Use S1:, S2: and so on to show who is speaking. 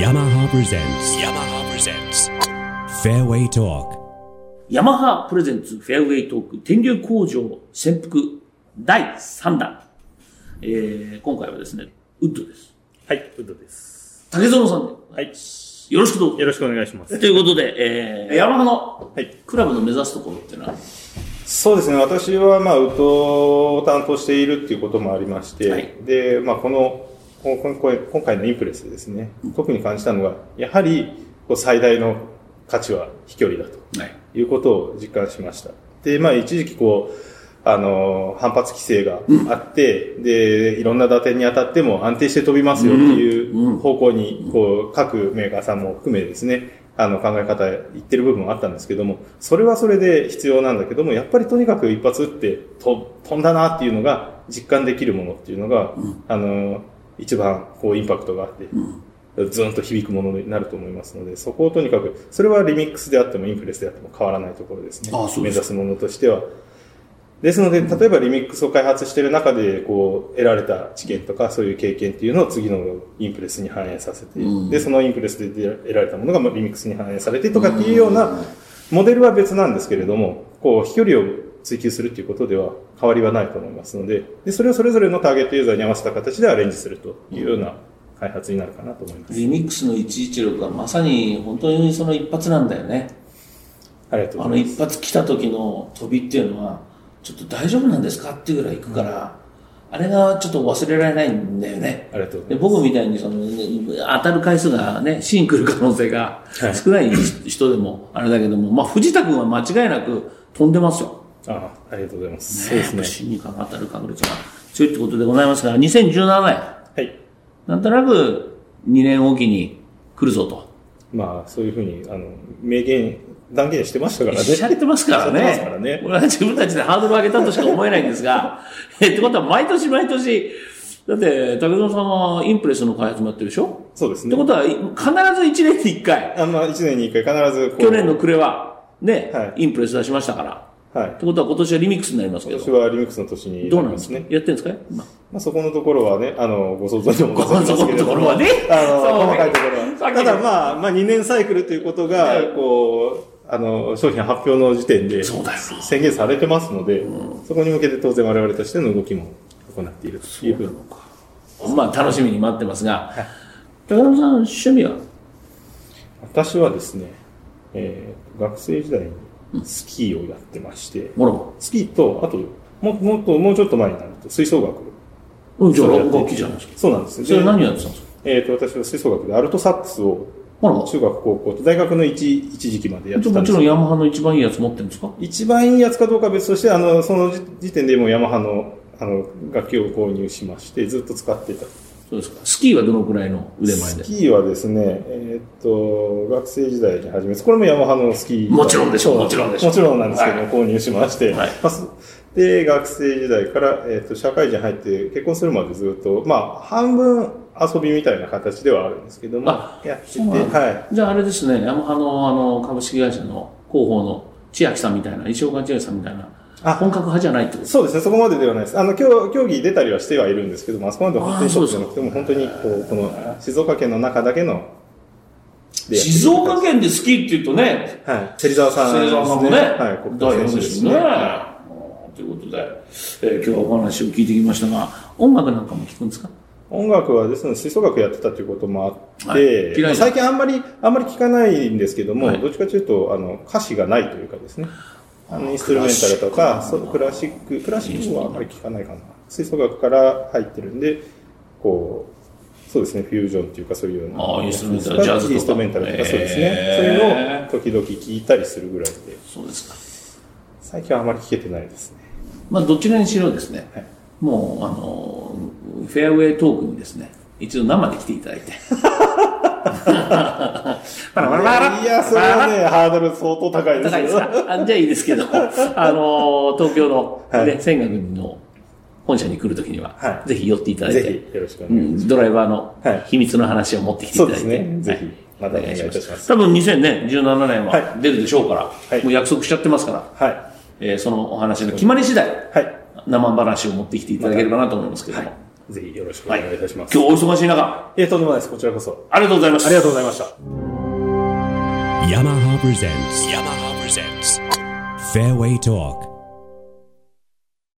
S1: yamaha presents yamaha presents fairway talk
S2: ヤマハプレゼンツフェアウェイトーク天竜工場潜伏第3弾。えー、今回はですね、ウッドです。
S3: はい、ウッドです。
S2: 竹園さんで。
S3: はい。
S2: よろしくどうぞ。
S3: よろしくお願いします。
S2: ということで、えー、ヤマハの
S3: はい
S2: クラブの目指すところっていうのは、
S4: そうですね、私は、まあ、ウッドを担当しているっていうこともありまして、
S2: はい
S4: で、まあ、この、こ今回今回のインプレスですね、特に感じたのが、やはり、こう最大の価値は飛距離だと
S2: はい。
S4: いうことを実感しました。で、まあ、一時期こう、あの、反発規制があって、で、いろんな打点に当たっても安定して飛びますよっていう方向に、こう、各メーカーさんも含めですね、あの、考え方、言ってる部分もあったんですけども、それはそれで必要なんだけども、やっぱりとにかく一発打ってと飛んだなっていうのが実感できるものっていうのが、あの、一番、こう、インパクトがあって、ずんと響くものになると思いますので、そこをとにかく、それはリミックスであってもインプレスであっても変わらないところですね。
S2: ああそう
S4: 目
S2: です
S4: 指すものとしては。ですので、例えばリミックスを開発している中で、こう、得られた知見とか、そういう経験っていうのを次のインプレスに反映させて、
S2: うん
S4: で、そのインプレスで得られたものがまあリミックスに反映されてとかっていうような、モデルは別なんですけれども、こう、飛距離を追求するっていうことでは変わりはないと思いますので、で、それをそれぞれのターゲットユーザーに合わせた形でアレンジするというような開発になるかなと思います。
S2: リミックスの116はまさに本当にその一発なんだよね。
S4: ありがとう
S2: あ
S4: ご
S2: の
S4: ざいま
S2: 一
S4: す。
S2: 発来た時の飛びっていうのは、ちょっと大丈夫なんですかっていうぐらい行くから、あれがちょっと忘れられないんだよね。
S4: ありがとうござ
S2: で
S4: いま
S2: 僕みたいにその当たる回数がね、シーン来る可能性が
S4: はい
S2: 少ない人でもあれだけども、まあ藤田君は間違いなく飛んでますよ。
S4: す。ああ、ありがとうございます。
S2: ね
S4: そ
S2: や
S4: うで
S2: っぱ
S4: すね。
S2: シンに当たる確率が強いってことでございますが、2017年、
S4: はい。
S2: なんとなく2年おきに来るぞと。
S4: まあ、そういうふうに、あの、明言、断言してましたからね。
S2: しゃれてますから
S4: おっしゃってます
S2: ね
S4: から。ね
S2: 俺は自分たちでハードルを上げたとしか思えないんですが、 えってことは毎年毎年、だって、竹園さんはインプレスの開発もやってるでしょ
S4: そうです
S2: って
S4: ね
S2: こ。とは、い必ず1年に1回、
S4: あんまあ、1年に1回必ずこう、
S2: 去年の暮れは、ね、
S4: は
S2: インプレス出しましたから。
S4: はい
S2: って。ことは今年はリミックスになりますけ
S4: 今
S2: ど
S4: 年。はリミックスの年に
S2: どう
S4: な
S2: なん
S4: りま
S2: です
S4: す
S2: かやっ
S4: ね。
S2: てるんですか今
S4: まあ、そこのところはね、あの、ご想像にもございま
S2: そ
S4: す
S2: この
S4: けれ
S2: と
S4: ど
S2: ころ
S4: も。
S2: はね。
S4: あの、
S2: そう
S4: 細かいところは。
S2: さったき
S4: だまあ、まあ2年サイクルということが、こう、あの、商品発表の時点で、
S2: そうだよな
S4: 宣言されてますので、そこに向けて当然我々としての動きも行っているというふうに。
S2: まあ、楽しみに待ってますが、高野さん、趣味は
S4: 私はですね、えー学生時代にスキーをやってまして、
S2: もろも
S4: スキーと、あと、ももっと、もうちょっと前になると、吹奏楽。
S2: ろ。うん、じゃあ、
S4: そうやって
S2: 楽器じゃないですか。
S4: そうなんですね。
S2: それ何をやってたんですか
S4: えっ、と、私は吹奏楽でアルトサックスを、
S2: もろもろ。
S4: 中学、高校と大学の一一時期までやってたん
S2: も
S4: で
S2: ち
S4: すけど
S2: ろんヤマハの一番いいやつ持ってるんですか
S4: 一番いいやつかどうかは別として、あの、その時時点でもうヤマハの、あの、楽器を購入しまして、ずっと使っていた。
S2: そうですか。スキーはどのくらいの腕前で
S4: スキーはですね、えーっと、学生時代に始めて、これもヤマハのスキー。
S2: もちろんでしょ
S4: そう
S2: もちろんでしょ
S4: もちろんなんですけど、
S2: はい
S4: 購入しまして、
S2: はい
S4: まあすで、学生時代から、えーっと、社会人入って結婚するまでずっと、まあ、半分遊びみたいな形ではあるんですけども
S2: あ、
S4: やってて、
S2: そうなんだ
S4: は
S2: じゃああれですね、ヤマハのあの株式会社の広報の千秋さんみたいな、石岡千秋さんみたいな、
S4: あ
S2: 本格派じゃないってこ
S4: い。
S2: と
S4: そうですね、そこまでではないです。あの、競競技出たりはしてはいるんですけども、あそこまで本当
S2: あー
S4: に
S2: そう
S4: そう
S2: です
S4: じ
S2: か
S4: ゃなくても、本当に、こう、この、静岡県の中だけの、でやってる
S2: 静岡県でスキーって言うとね、
S4: はい。芹沢さん
S2: 芹沢さんもね、
S4: はい、国
S2: 大
S4: 家
S2: 変
S4: 選
S2: で
S4: 手ですす
S2: ね。
S4: ね。
S2: うんということで、えー今日はお話を聞いてきましたが、音楽なんかも聞くんですか
S4: 音楽はですね、吹奏楽やってたということもあっ
S2: はい
S4: て、
S2: 嫌いな
S4: 最近あんまり、あんまり聞かないんですけども、
S2: はい
S4: どっちかというと、あの、歌詞がないというかですね、あの、インストゥルメンタルとか、そうクラシック、クラシックはあんまり聞かないかな。吹奏楽から入ってるんで、こう、そうですね、フュージョンというかそういうような。
S2: ああインストゥルメンタル
S4: やつ
S2: ジャズとか
S4: インストゥルメンタルとか、そうですね。そう
S2: へ
S4: いうのを時々聞いたりするぐらいで、
S2: そうです
S4: 最近はあんまり聞けてないですね。
S2: か。まあ、どちらにしろですね、
S4: はい
S2: もう、あの、フェアウェイトークにですね、一度生で来ていただいて。パラパラパラ
S4: いや、それはね、ハードル相当高いです
S2: 高い
S4: よ。
S2: ですかあじゃあいいです けど、あの、東京の、ね、
S4: はい
S2: 千賀君の本社に来るときには、
S4: はい
S2: ぜひ寄っていただいて、
S4: ぜひ、よろしくお
S2: う
S4: 願いします。
S2: ん、ドライバーの
S4: はい
S2: 秘密の話を持ってきていただいて、
S4: そうですね
S2: はい
S4: ぜひまたお願いいたします
S2: 多分2017年は
S4: は
S2: 出るでしょうから、
S4: い
S2: もう約束しちゃってますから、
S4: はい。
S2: えーそのお話の決まり次第、
S4: はい。
S2: 生話を持ってきていただければなと思いますけども、
S4: ぜひよろしくお願いいたします。
S2: 今日お忙しい中、
S4: えーとんでもないです。こちらこそ。
S2: ありがとうございました。
S4: ありがとうございました。
S1: Yamaha presents. Yamaha presents. Fairway Talk.